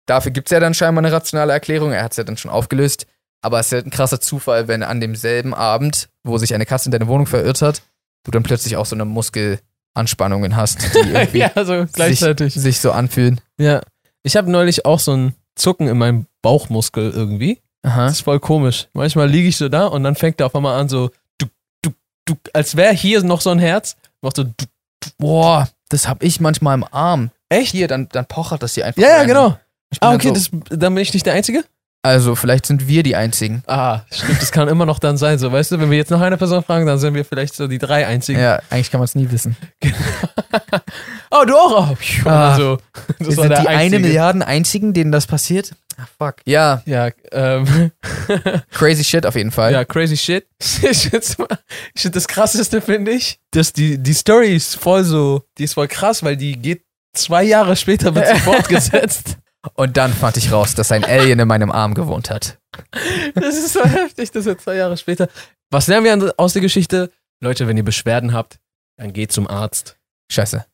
[SPEAKER 2] Dafür gibt es ja dann scheinbar eine rationale Erklärung. Er hat es ja dann schon aufgelöst. Aber es ist halt ein krasser Zufall, wenn an demselben Abend, wo sich eine Katze in deine Wohnung verirrt hat, du dann plötzlich auch so eine Muskelanspannungen hast, die irgendwie
[SPEAKER 1] ja, so gleichzeitig.
[SPEAKER 2] sich so anfühlen.
[SPEAKER 1] Ja. Ich habe neulich auch so ein Zucken in meinem Bauchmuskel irgendwie.
[SPEAKER 2] Aha.
[SPEAKER 1] Das ist voll komisch. Manchmal liege ich so da und dann fängt er auf einmal an, so duck, duck, duck, als wäre hier noch so ein Herz. Macht so duck.
[SPEAKER 2] Boah, das hab ich manchmal im Arm.
[SPEAKER 1] Echt?
[SPEAKER 2] Hier, dann, dann pochert das hier einfach.
[SPEAKER 1] Ja, ja,
[SPEAKER 2] rein.
[SPEAKER 1] genau.
[SPEAKER 2] Ich bin
[SPEAKER 1] Ah,
[SPEAKER 2] dann
[SPEAKER 1] okay,
[SPEAKER 2] so-
[SPEAKER 1] das, dann bin ich nicht der Einzige?
[SPEAKER 2] Also vielleicht sind wir die Einzigen.
[SPEAKER 1] Ah, stimmt, das kann immer noch dann sein. So, weißt du, wenn wir jetzt nach einer Person fragen, dann sind wir vielleicht so die drei einzigen.
[SPEAKER 2] Ja, eigentlich kann man es nie wissen.
[SPEAKER 1] Oh, du auch? Oh, pfiuh,
[SPEAKER 2] Ah,
[SPEAKER 1] also, das
[SPEAKER 2] Wir
[SPEAKER 1] war
[SPEAKER 2] sind die
[SPEAKER 1] der
[SPEAKER 2] eine
[SPEAKER 1] einzige.
[SPEAKER 2] Milliarden Einzigen, denen das passiert? Ah, fuck. Ja,
[SPEAKER 1] Ja, ähm,
[SPEAKER 2] crazy shit auf jeden Fall.
[SPEAKER 1] ja, crazy shit. Ich finde das krasseste, finde ich, dass die, die Story ist voll so, die ist voll krass, weil die geht zwei Jahre später wird sie fortgesetzt.
[SPEAKER 2] Und dann fand ich raus, dass ein Alien in meinem Arm gewohnt hat.
[SPEAKER 1] Das ist so heftig, dass er zwei Jahre später. Was lernen wir an- aus der Geschichte? Leute, wenn ihr Beschwerden habt, dann geht zum Arzt.
[SPEAKER 2] Scheiße.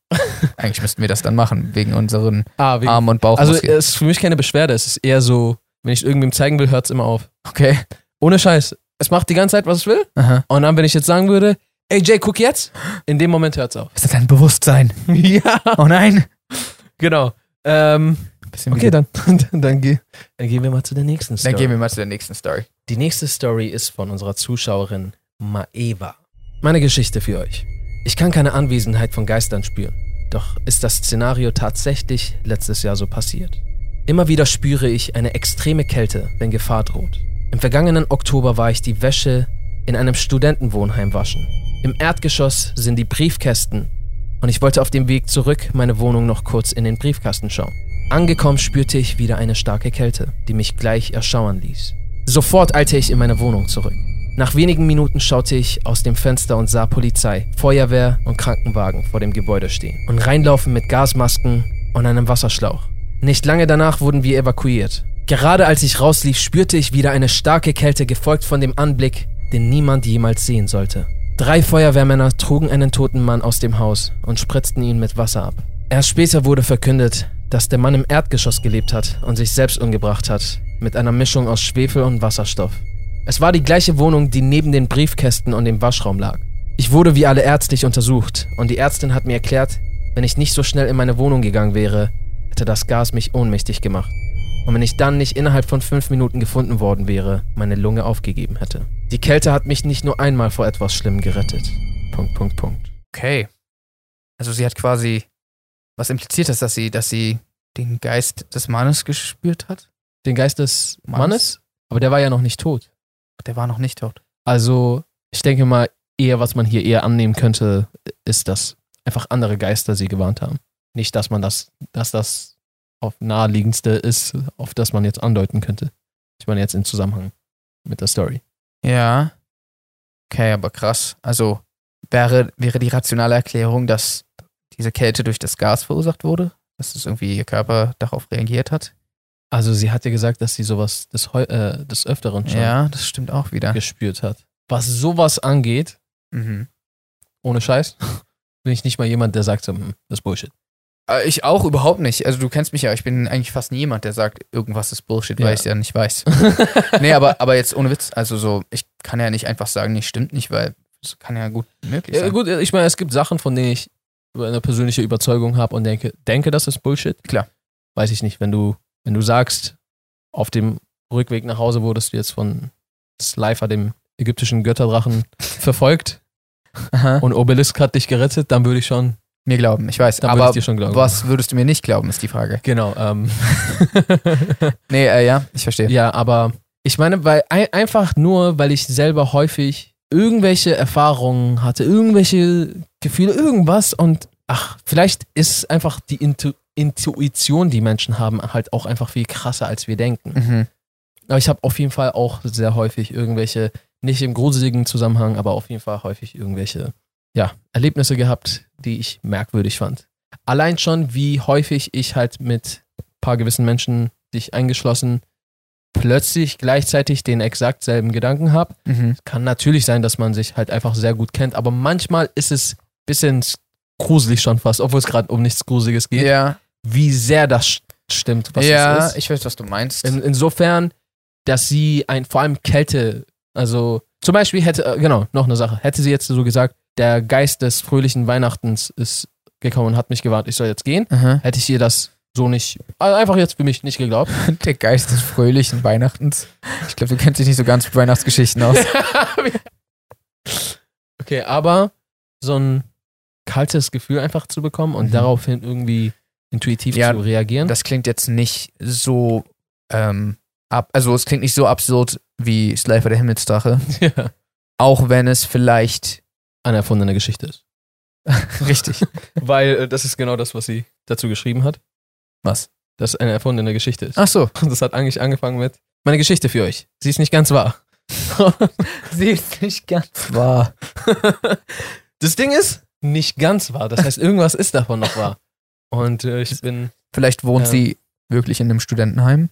[SPEAKER 2] Eigentlich müssten wir das dann machen, wegen unseren
[SPEAKER 1] Ah, wegen
[SPEAKER 2] Arm- und
[SPEAKER 1] Also
[SPEAKER 2] Bauchmuskeln.
[SPEAKER 1] es ist für mich keine Beschwerde, es ist eher so, wenn ich irgendwem zeigen will, hört es immer auf.
[SPEAKER 2] okay.
[SPEAKER 1] Ohne Scheiß. Es macht die ganze Zeit, was es will.
[SPEAKER 2] Aha.
[SPEAKER 1] Und dann, wenn ich jetzt sagen würde, ey Jay, guck jetzt, in dem Moment hört es auf.
[SPEAKER 2] Ist das ein Bewusstsein?
[SPEAKER 1] ja,
[SPEAKER 2] Oh nein.
[SPEAKER 1] genau. Ähm,
[SPEAKER 2] Bisschen
[SPEAKER 1] okay,
[SPEAKER 2] okay, dann,
[SPEAKER 1] dann, dann, dann, geh, dann gehen wir mal zu der nächsten Story.
[SPEAKER 2] dann gehen wir mal zu der nächsten Story.
[SPEAKER 1] Die nächste Story ist von unserer Zuschauerin Maeva. Meine Geschichte für euch. Ich kann keine Anwesenheit von Geistern spüren. Doch ist das Szenario tatsächlich letztes Jahr so passiert? Immer wieder spüre ich eine extreme Kälte, wenn Gefahr droht. Im vergangenen Oktober war ich die Wäsche in einem Studentenwohnheim waschen. Im Erdgeschoss sind die Briefkästen und ich wollte auf dem Weg zurück meine Wohnung noch kurz in den Briefkasten schauen. Angekommen spürte ich wieder eine starke Kälte, die mich gleich erschauern ließ. Sofort eilte ich in meine Wohnung zurück. Nach wenigen Minuten schaute ich aus dem Fenster und sah Polizei, Feuerwehr und Krankenwagen vor dem Gebäude stehen und reinlaufen mit Gasmasken und einem Wasserschlauch. Nicht lange danach wurden wir evakuiert. Gerade als ich rauslief, spürte ich wieder eine starke Kälte, gefolgt von dem Anblick, den niemand jemals sehen sollte. Drei Feuerwehrmänner trugen einen toten Mann aus dem Haus und spritzten ihn mit Wasser ab. Erst später wurde verkündet, dass der Mann im Erdgeschoss gelebt hat und sich selbst umgebracht hat, mit einer Mischung aus Schwefel und Wasserstoff. Es war die gleiche Wohnung, die neben den Briefkästen und dem Waschraum lag. Ich wurde wie alle ärztlich untersucht und die Ärztin hat mir erklärt, wenn ich nicht so schnell in meine Wohnung gegangen wäre, hätte das Gas mich ohnmächtig gemacht. Und wenn ich dann nicht innerhalb von fünf Minuten gefunden worden wäre, meine Lunge aufgegeben hätte. Die Kälte hat mich nicht nur einmal vor etwas Schlimmem gerettet. Punkt, Punkt, Punkt.
[SPEAKER 2] Okay. Also sie hat quasi, was impliziert das, dass sie, dass sie den Geist des Mannes gespürt hat?
[SPEAKER 1] Den Geist des
[SPEAKER 2] Mannes?
[SPEAKER 1] Mannes? Aber der war ja noch nicht tot.
[SPEAKER 2] Der war noch nicht tot.
[SPEAKER 1] Also, ich denke mal, eher, was man hier eher annehmen könnte, ist, dass einfach andere Geister sie gewarnt haben. Nicht, dass man das, dass das auf naheliegendste ist, auf das man jetzt andeuten könnte. Ich meine, jetzt im Zusammenhang mit der Story.
[SPEAKER 2] Ja. Okay, aber krass. Also wäre, wäre die rationale Erklärung, dass diese Kälte durch das Gas verursacht wurde? Dass es irgendwie ihr Körper darauf reagiert hat?
[SPEAKER 1] Also, sie hat ja gesagt, dass sie sowas des, Heu äh, des Öfteren schon
[SPEAKER 2] Ja, das stimmt auch wieder.
[SPEAKER 1] gespürt hat. Was sowas angeht,
[SPEAKER 2] Mhm.
[SPEAKER 1] ohne Scheiß, bin ich nicht mal jemand, der sagt, so, "Hm, das ist Bullshit.
[SPEAKER 2] Äh, Ich auch überhaupt nicht. Also du kennst mich ja. Ich bin eigentlich fast nie jemand, der sagt, irgendwas ist Bullshit,
[SPEAKER 1] Ja.
[SPEAKER 2] weil ich es ja nicht weiß. nee, aber, aber jetzt ohne Witz. Also so, ich kann ja nicht einfach sagen, nee, stimmt nicht, weil es kann ja gut möglich sein.
[SPEAKER 1] Ja, gut, ich meine, es gibt Sachen, von denen ich eine persönliche Überzeugung habe und denke, denke, das ist Bullshit.
[SPEAKER 2] Klar.
[SPEAKER 1] Weiß ich nicht, wenn du, wenn du sagst, auf dem Rückweg nach Hause wurdest du jetzt von Slifer, dem ägyptischen Götterdrachen, verfolgt
[SPEAKER 2] Aha.
[SPEAKER 1] und Obelisk hat dich gerettet, dann würde ich schon,
[SPEAKER 2] Mir glauben, ich weiß.
[SPEAKER 1] dann würde
[SPEAKER 2] aber
[SPEAKER 1] ich dir schon glauben.
[SPEAKER 2] was würdest du mir nicht glauben, ist die Frage.
[SPEAKER 1] Genau, ähm.
[SPEAKER 2] Nee, äh, ja, ich verstehe.
[SPEAKER 1] Ja, aber ich meine, weil ein, einfach nur, weil ich selber häufig irgendwelche Erfahrungen hatte, irgendwelche Gefühle, irgendwas und ach, vielleicht ist einfach die Intu Intuition, die Menschen haben, halt auch einfach viel krasser, als wir denken.
[SPEAKER 2] Mhm.
[SPEAKER 1] Aber ich habe auf jeden Fall auch sehr häufig irgendwelche, nicht im gruseligen Zusammenhang, aber auf jeden Fall häufig irgendwelche, ja, Erlebnisse gehabt, die ich merkwürdig fand. Allein schon, wie häufig ich halt mit ein paar gewissen Menschen, dich eingeschlossen, plötzlich gleichzeitig den exakt selben Gedanken habe.
[SPEAKER 2] Mhm.
[SPEAKER 1] Kann natürlich sein, dass man sich halt einfach sehr gut kennt, aber manchmal ist es ein bisschen gruselig schon fast, obwohl es gerade um nichts Gruseliges geht,
[SPEAKER 2] Ja,
[SPEAKER 1] wie sehr das st- stimmt, was es
[SPEAKER 2] ja
[SPEAKER 1] ist.
[SPEAKER 2] ich weiß, was du meinst.
[SPEAKER 1] In, insofern, dass sie ein, vor allem Kälte, also zum Beispiel hätte, äh, genau, noch eine Sache, hätte sie jetzt so gesagt, der Geist des fröhlichen Weihnachtens ist gekommen und hat mich gewarnt, ich soll jetzt gehen,
[SPEAKER 2] Aha.
[SPEAKER 1] hätte ich ihr das so nicht, also einfach jetzt für mich nicht geglaubt.
[SPEAKER 2] Der Geist des fröhlichen Weihnachtens. Ich glaube, du kennst dich nicht so ganz mit Weihnachtsgeschichten aus.
[SPEAKER 1] okay, aber so ein kaltes Gefühl einfach zu bekommen und
[SPEAKER 2] Mhm.
[SPEAKER 1] daraufhin irgendwie intuitiv
[SPEAKER 2] Ja,
[SPEAKER 1] zu reagieren.
[SPEAKER 2] Das klingt jetzt nicht so ähm, ab. Also es klingt nicht so absurd wie Slifer der Himmelsdrache.
[SPEAKER 1] Ja.
[SPEAKER 2] Auch wenn es vielleicht
[SPEAKER 1] Eine erfundene Geschichte ist.
[SPEAKER 2] richtig.
[SPEAKER 1] Weil äh, das ist genau das, was sie dazu geschrieben hat,
[SPEAKER 2] Was?
[SPEAKER 1] dass eine erfundene Geschichte ist.
[SPEAKER 2] Ach so.
[SPEAKER 1] Und das hat eigentlich angefangen mit meine Geschichte für euch. Sie ist nicht ganz wahr.
[SPEAKER 2] Sie ist nicht ganz wahr.
[SPEAKER 1] das Ding ist nicht ganz wahr. Das heißt, irgendwas ist davon noch wahr. Und äh, ich bin
[SPEAKER 2] Vielleicht wohnt
[SPEAKER 1] Ja.
[SPEAKER 2] sie wirklich in einem Studentenheim.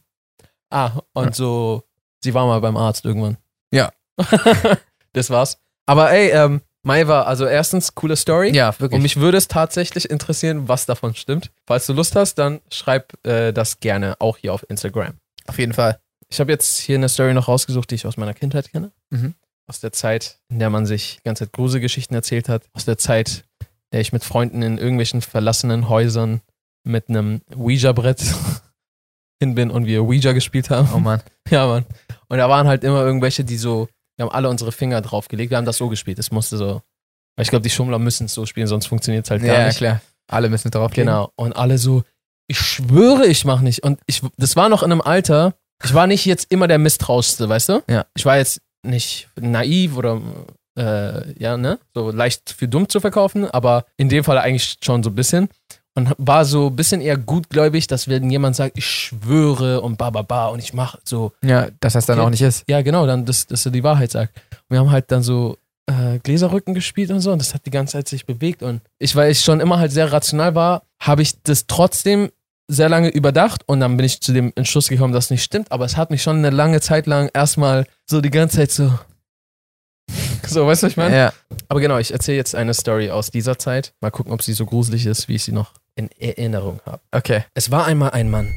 [SPEAKER 1] Ah, und
[SPEAKER 2] Ja.
[SPEAKER 1] so, sie war mal beim Arzt irgendwann.
[SPEAKER 2] Ja.
[SPEAKER 1] das war's. Aber ey, ähm, Maiwa, also erstens, coole Story.
[SPEAKER 2] Ja, wirklich.
[SPEAKER 1] Und mich würde es tatsächlich interessieren, was davon stimmt. Falls du Lust hast, dann schreib äh, das gerne auch hier auf Instagram.
[SPEAKER 2] Auf jeden Fall.
[SPEAKER 1] Ich habe jetzt hier eine Story noch rausgesucht, die ich aus meiner Kindheit kenne.
[SPEAKER 2] Mhm.
[SPEAKER 1] Aus der Zeit, in der man sich die ganze Zeit Gruselgeschichten erzählt hat. Aus der Zeit, in der ich mit Freunden in irgendwelchen verlassenen Häusern mit einem Ouija-Brett hin bin und wir Ouija gespielt haben.
[SPEAKER 2] Oh Mann.
[SPEAKER 1] Ja, Mann. Und da waren halt immer irgendwelche, die so, wir haben alle unsere Finger draufgelegt, wir haben das so gespielt. Es musste so. Aber ich glaube, die Schummler müssen es so spielen, sonst funktioniert es halt gar
[SPEAKER 2] ja,
[SPEAKER 1] nicht.
[SPEAKER 2] klar. Alle müssen drauf gehen.
[SPEAKER 1] Genau. Und alle so, ich schwöre, ich mach nicht. Und ich, das war noch in einem Alter, ich war nicht jetzt immer der Misstrauischste, weißt du?
[SPEAKER 2] Ja.
[SPEAKER 1] Ich war jetzt nicht naiv oder äh, ja, ne? So leicht für dumm zu verkaufen, aber in dem Fall eigentlich schon so ein bisschen. Und war so ein bisschen eher gutgläubig, dass wenn jemand sagt, ich schwöre und ba ba ba und ich mach so,
[SPEAKER 2] Ja, dass das dann
[SPEAKER 1] Okay.
[SPEAKER 2] auch nicht ist.
[SPEAKER 1] ja, genau, dann, dass, dass er die Wahrheit sagt. Und wir haben halt dann so äh, Gläserrücken gespielt und so und das hat die ganze Zeit sich bewegt und ich, weil ich schon immer halt sehr rational war, habe ich das trotzdem sehr lange überdacht und dann bin ich zu dem Entschluss gekommen, dass es nicht stimmt, aber es hat mich schon eine lange Zeit lang erstmal so die ganze Zeit so so, weißt du, was ich meine?
[SPEAKER 2] Ja.
[SPEAKER 1] Aber genau, ich erzähle jetzt eine Story aus dieser Zeit. Mal gucken, ob sie so gruselig ist, wie ich sie noch in Erinnerung habe.
[SPEAKER 2] Okay.
[SPEAKER 1] Es war einmal ein Mann,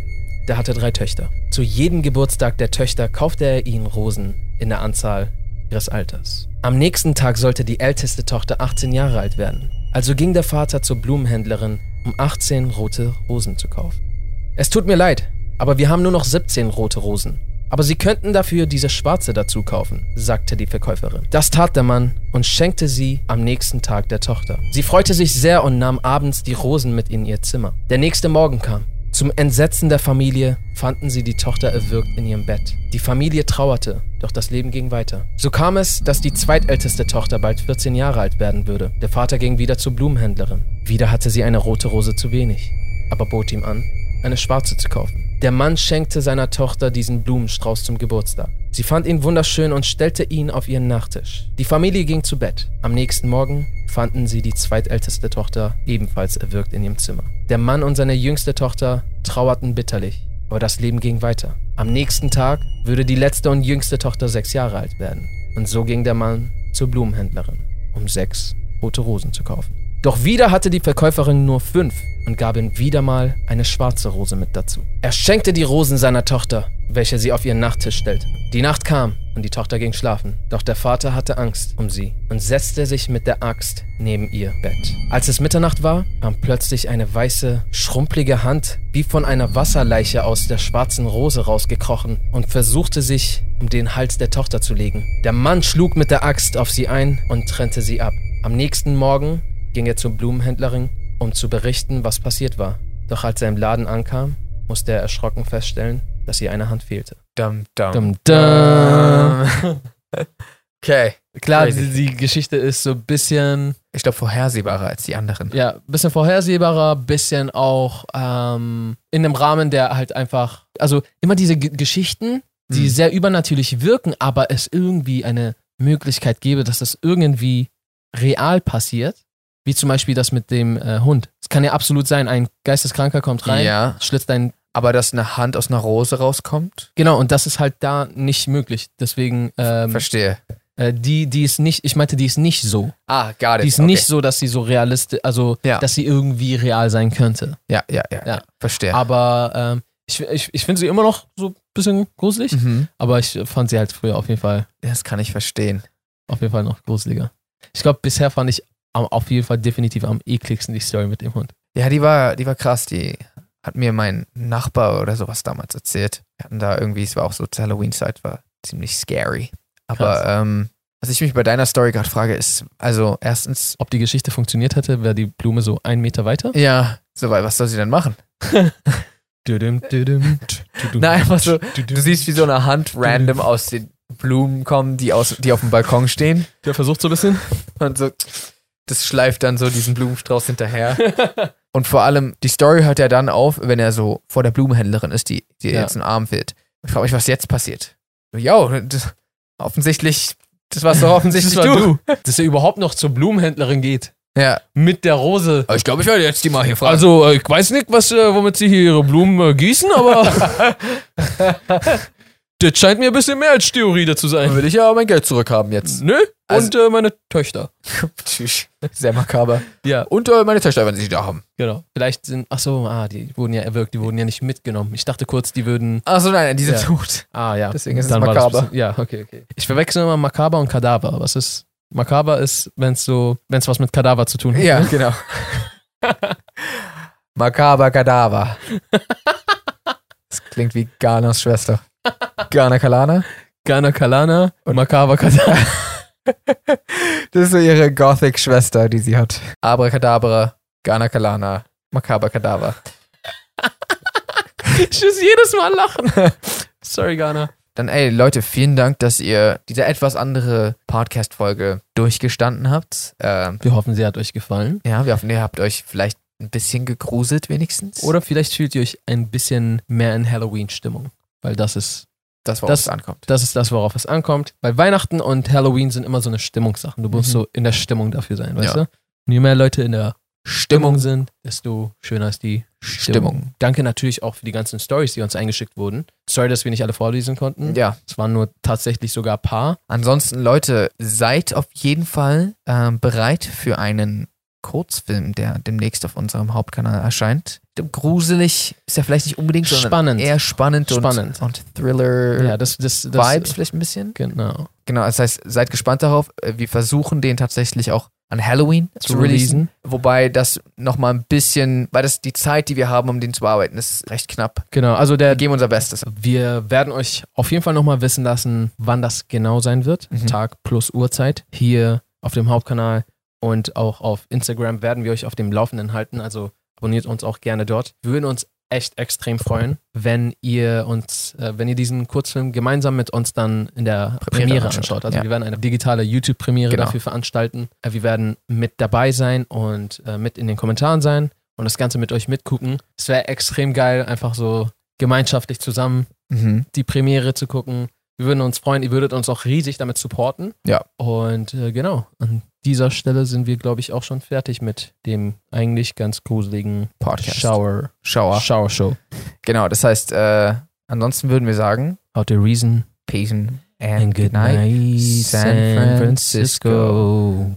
[SPEAKER 1] der hatte drei Töchter. Zu jedem Geburtstag der Töchter kaufte er ihnen Rosen in der Anzahl ihres Alters. Am nächsten Tag sollte die älteste Tochter 18 Jahre alt werden. Also ging der Vater zur Blumenhändlerin, um 18 rote Rosen zu kaufen. Es tut mir leid, aber wir haben nur noch 17 rote Rosen. Aber Sie könnten dafür diese schwarze dazu kaufen, sagte die Verkäuferin. Das tat der Mann und schenkte sie am nächsten Tag der Tochter. Sie freute sich sehr und nahm abends die Rosen mit in ihr Zimmer. Der nächste Morgen kam. Zum Entsetzen der Familie fanden sie die Tochter erwürgt in ihrem Bett. Die Familie trauerte, doch das Leben ging weiter. So kam es, dass die zweitälteste Tochter bald 14 Jahre alt werden würde. Der Vater ging wieder zur Blumenhändlerin. Wieder hatte sie eine rote Rose zu wenig, aber bot ihm an, eine schwarze zu kaufen. Der Mann schenkte seiner Tochter diesen Blumenstrauß zum Geburtstag. Sie fand ihn wunderschön und stellte ihn auf ihren Nachttisch. Die Familie ging zu Bett. Am nächsten Morgen fanden sie die zweitälteste Tochter ebenfalls erwürgt in ihrem Zimmer. Der Mann und seine jüngste Tochter trauerten bitterlich, aber das Leben ging weiter. Am nächsten Tag würde die letzte und jüngste Tochter sechs Jahre alt werden. Und so ging der Mann zur Blumenhändlerin, um sechs rote Rosen zu kaufen. Doch wieder hatte die Verkäuferin nur fünf und gab ihm wieder mal eine schwarze Rose mit dazu. Er schenkte die Rosen seiner Tochter, welche sie auf ihren Nachttisch stellte. Die Nacht kam und die Tochter ging schlafen. Doch der Vater hatte Angst um sie und setzte sich mit der Axt neben ihr Bett. Als es Mitternacht war, kam plötzlich eine weiße, schrumpelige Hand wie von einer Wasserleiche aus der schwarzen Rose rausgekrochen und versuchte sich um den Hals der Tochter zu legen. Der Mann schlug mit der Axt auf sie ein und trennte sie ab. Am nächsten Morgen ging er zur Blumenhändlerin, um zu berichten, was passiert war. Doch als er im Laden ankam, musste er erschrocken feststellen, dass ihr eine Hand fehlte.
[SPEAKER 2] Dum, dum,
[SPEAKER 1] Dum, Äh.
[SPEAKER 2] dum. okay.
[SPEAKER 1] Klar,
[SPEAKER 2] Ah, Crazy.
[SPEAKER 1] die, die Geschichte ist so ein bisschen,
[SPEAKER 2] Ich glaube, vorhersehbarer als die anderen.
[SPEAKER 1] ja, ein bisschen vorhersehbarer, bisschen auch ähm, in einem Rahmen, der halt einfach, also immer diese G Geschichten, die
[SPEAKER 2] Mhm.
[SPEAKER 1] sehr übernatürlich wirken, aber es irgendwie eine Möglichkeit gäbe, dass das irgendwie real passiert. Wie zum Beispiel das mit dem äh, Hund. Es kann ja absolut sein, ein Geisteskranker kommt rein,
[SPEAKER 2] Ja.
[SPEAKER 1] schlitzt einen
[SPEAKER 2] Aber dass eine Hand aus einer Rose rauskommt?
[SPEAKER 1] Genau, und das ist halt da nicht möglich. Deswegen, ähm,
[SPEAKER 2] Verstehe.
[SPEAKER 1] äh, die, die ist nicht, ich meinte, die ist nicht so.
[SPEAKER 2] Ah, gar
[SPEAKER 1] Die ist nicht so, dass sie so realistisch, also,
[SPEAKER 2] Ja.
[SPEAKER 1] dass sie irgendwie real sein könnte.
[SPEAKER 2] Ja, ja, ja.
[SPEAKER 1] Ja.
[SPEAKER 2] Verstehe.
[SPEAKER 1] Aber ähm, ich, ich, ich finde sie immer noch so ein bisschen gruselig,
[SPEAKER 2] Mhm.
[SPEAKER 1] aber ich fand sie halt früher auf jeden Fall,
[SPEAKER 2] Das kann ich verstehen.
[SPEAKER 1] auf jeden Fall noch gruseliger. Ich glaube, bisher fand ich am, auf jeden Fall definitiv am ekligsten die Story mit dem Hund.
[SPEAKER 2] Ja, die war, die war krass. Die hat mir mein Nachbar oder sowas damals erzählt. Wir hatten da irgendwie, es war auch so zur Halloween-Zeit, war ziemlich scary. Aber
[SPEAKER 1] Krass.
[SPEAKER 2] ähm, was ich mich bei deiner Story gerade frage, ist, also erstens,
[SPEAKER 1] Ob die Geschichte funktioniert hätte, wäre die Blume so einen Meter weiter.
[SPEAKER 2] ja, so, weil was soll sie denn machen?
[SPEAKER 1] Düdüm, düdüm, tsch, düdüm,
[SPEAKER 2] Nein, einfach so,
[SPEAKER 1] tsch, düdüm.
[SPEAKER 2] Du siehst, wie so eine Hand random aus den Blumen kommen, die, aus, die auf dem Balkon stehen.
[SPEAKER 1] Der versucht so ein bisschen.
[SPEAKER 2] Und so, das schleift dann so diesen Blumenstrauß hinterher. Und vor allem, die Story hört ja dann auf, wenn er so vor der Blumenhändlerin ist, die, die
[SPEAKER 1] Ja.
[SPEAKER 2] jetzt einen Arm wird. Ich frage mich, was jetzt passiert. So, Ja, das- offensichtlich, das warst doch offensichtlich
[SPEAKER 1] Das war
[SPEAKER 2] du.
[SPEAKER 1] Dass er überhaupt noch zur Blumenhändlerin geht.
[SPEAKER 2] Ja.
[SPEAKER 1] Mit der Rose.
[SPEAKER 2] Ich glaube, ich werde jetzt die mal hier
[SPEAKER 1] Also, äh, ich weiß nicht, was, äh, womit sie hier ihre Blumen äh, gießen, aber. das scheint mir ein bisschen mehr als Theorie da zu sein.
[SPEAKER 2] will ich ja mein Geld zurückhaben jetzt.
[SPEAKER 1] Nö? Und
[SPEAKER 2] Also-
[SPEAKER 1] äh, meine Töchter.
[SPEAKER 2] Tschüss. Sehr makaber.
[SPEAKER 1] Ja,
[SPEAKER 2] Und äh, meine Töchter, wenn sie da haben.
[SPEAKER 1] genau. Vielleicht sind. Ach so, ah, die wurden ja erwürgt, die wurden ja nicht mitgenommen. Ich dachte kurz, die würden.
[SPEAKER 2] Achso, nein, die sind
[SPEAKER 1] Ja.
[SPEAKER 2] tot.
[SPEAKER 1] Ah, ja.
[SPEAKER 2] Deswegen ist es
[SPEAKER 1] war das
[SPEAKER 2] makaber.
[SPEAKER 1] bisschen- Ja, okay, okay. Ich verwechsel immer Makaber und Kadaver. Was ist. Makaber ist, wenn es so, wenn es was mit Kadaver zu tun hat.
[SPEAKER 2] Ja, genau. Makaber Kadaver. Das klingt wie Ghanas Schwester. Ghana Kalana?
[SPEAKER 1] Ghana Kalana und Makaber Kadaver.
[SPEAKER 2] Das ist so ihre Gothic-Schwester, die sie hat. Abracadabra, Ghana Kalana, Makaber Kadaver.
[SPEAKER 1] Ich muss jedes Mal lachen. Sorry, Ghana.
[SPEAKER 2] Dann, ey, Leute, vielen Dank, dass ihr diese etwas andere Podcast-Folge durchgestanden habt. Ähm,
[SPEAKER 1] Wir hoffen, sie hat euch gefallen.
[SPEAKER 2] ja, wir hoffen, ihr habt euch vielleicht ein bisschen gegruselt, wenigstens.
[SPEAKER 1] Oder vielleicht fühlt ihr euch ein bisschen mehr in Halloween-Stimmung. Weil das ist,
[SPEAKER 2] das, worauf
[SPEAKER 1] das-
[SPEAKER 2] es ankommt.
[SPEAKER 1] das ist das, worauf es ankommt. Weil Weihnachten und Halloween sind immer so eine Stimmungssachen. Du musst
[SPEAKER 2] Mhm.
[SPEAKER 1] so in der Stimmung dafür sein, weißt
[SPEAKER 2] Ja.
[SPEAKER 1] du? Und je mehr Leute in der Stimmung
[SPEAKER 2] Stimmung.
[SPEAKER 1] sind, desto schöner ist die Stimmung.
[SPEAKER 2] Stimmung.
[SPEAKER 1] Danke natürlich auch für die ganzen Stories, die uns eingeschickt wurden. Sorry, dass wir nicht alle vorlesen konnten.
[SPEAKER 2] Ja.
[SPEAKER 1] Es waren nur tatsächlich sogar ein paar.
[SPEAKER 2] Ansonsten, Leute, seid auf jeden Fall ähm, bereit für einen Kurzfilm, der demnächst auf unserem Hauptkanal erscheint. Gruselig ist ja vielleicht nicht unbedingt, sondern
[SPEAKER 1] Spannend.
[SPEAKER 2] eher spannend,
[SPEAKER 1] Spannend.
[SPEAKER 2] und, und Thriller.
[SPEAKER 1] Ja, das, das, das,
[SPEAKER 2] Vibes vielleicht ein bisschen.
[SPEAKER 1] Genau.
[SPEAKER 2] Genau, das heißt, seid gespannt darauf. Äh, Wir versuchen den tatsächlich auch an Halloween
[SPEAKER 1] Zu
[SPEAKER 2] zu, releasen.
[SPEAKER 1] releasen.
[SPEAKER 2] Wobei das nochmal ein bisschen, weil das die Zeit, die wir haben, um den zu bearbeiten, ist recht knapp.
[SPEAKER 1] Genau. Also der,
[SPEAKER 2] Wir geben unser Bestes.
[SPEAKER 1] Wir werden euch auf jeden Fall nochmal wissen lassen, wann das genau sein wird.
[SPEAKER 2] Mhm.
[SPEAKER 1] Tag plus Uhrzeit hier auf dem Hauptkanal und auch auf Instagram werden wir euch auf dem Laufenden halten. Also abonniert uns auch gerne dort. Wir würden uns echt extrem freuen, wenn ihr uns, äh, wenn ihr diesen Kurzfilm gemeinsam mit uns dann in der Premiere,
[SPEAKER 2] Premiere anschaut.
[SPEAKER 1] anschaut. Also
[SPEAKER 2] Ja.
[SPEAKER 1] wir werden eine digitale YouTube-Premiere
[SPEAKER 2] Genau.
[SPEAKER 1] dafür veranstalten. Äh, wir werden mit dabei sein und äh, mit in den Kommentaren sein und das Ganze mit euch mitgucken. Es wäre extrem geil, einfach so gemeinschaftlich zusammen
[SPEAKER 2] Mhm.
[SPEAKER 1] die Premiere zu gucken. Wir würden uns freuen, ihr würdet uns auch riesig damit supporten.
[SPEAKER 2] Ja.
[SPEAKER 1] Und äh, genau, an dieser Stelle sind wir, glaube ich, auch schon fertig mit dem eigentlich ganz gruseligen
[SPEAKER 2] Podcast.
[SPEAKER 1] Shower,
[SPEAKER 2] Schauer.
[SPEAKER 1] Shower Show.
[SPEAKER 2] Genau, das heißt, äh, ansonsten würden wir sagen,
[SPEAKER 1] Out the reason
[SPEAKER 2] Peace and,
[SPEAKER 1] and good night,
[SPEAKER 2] San
[SPEAKER 1] San Francisco.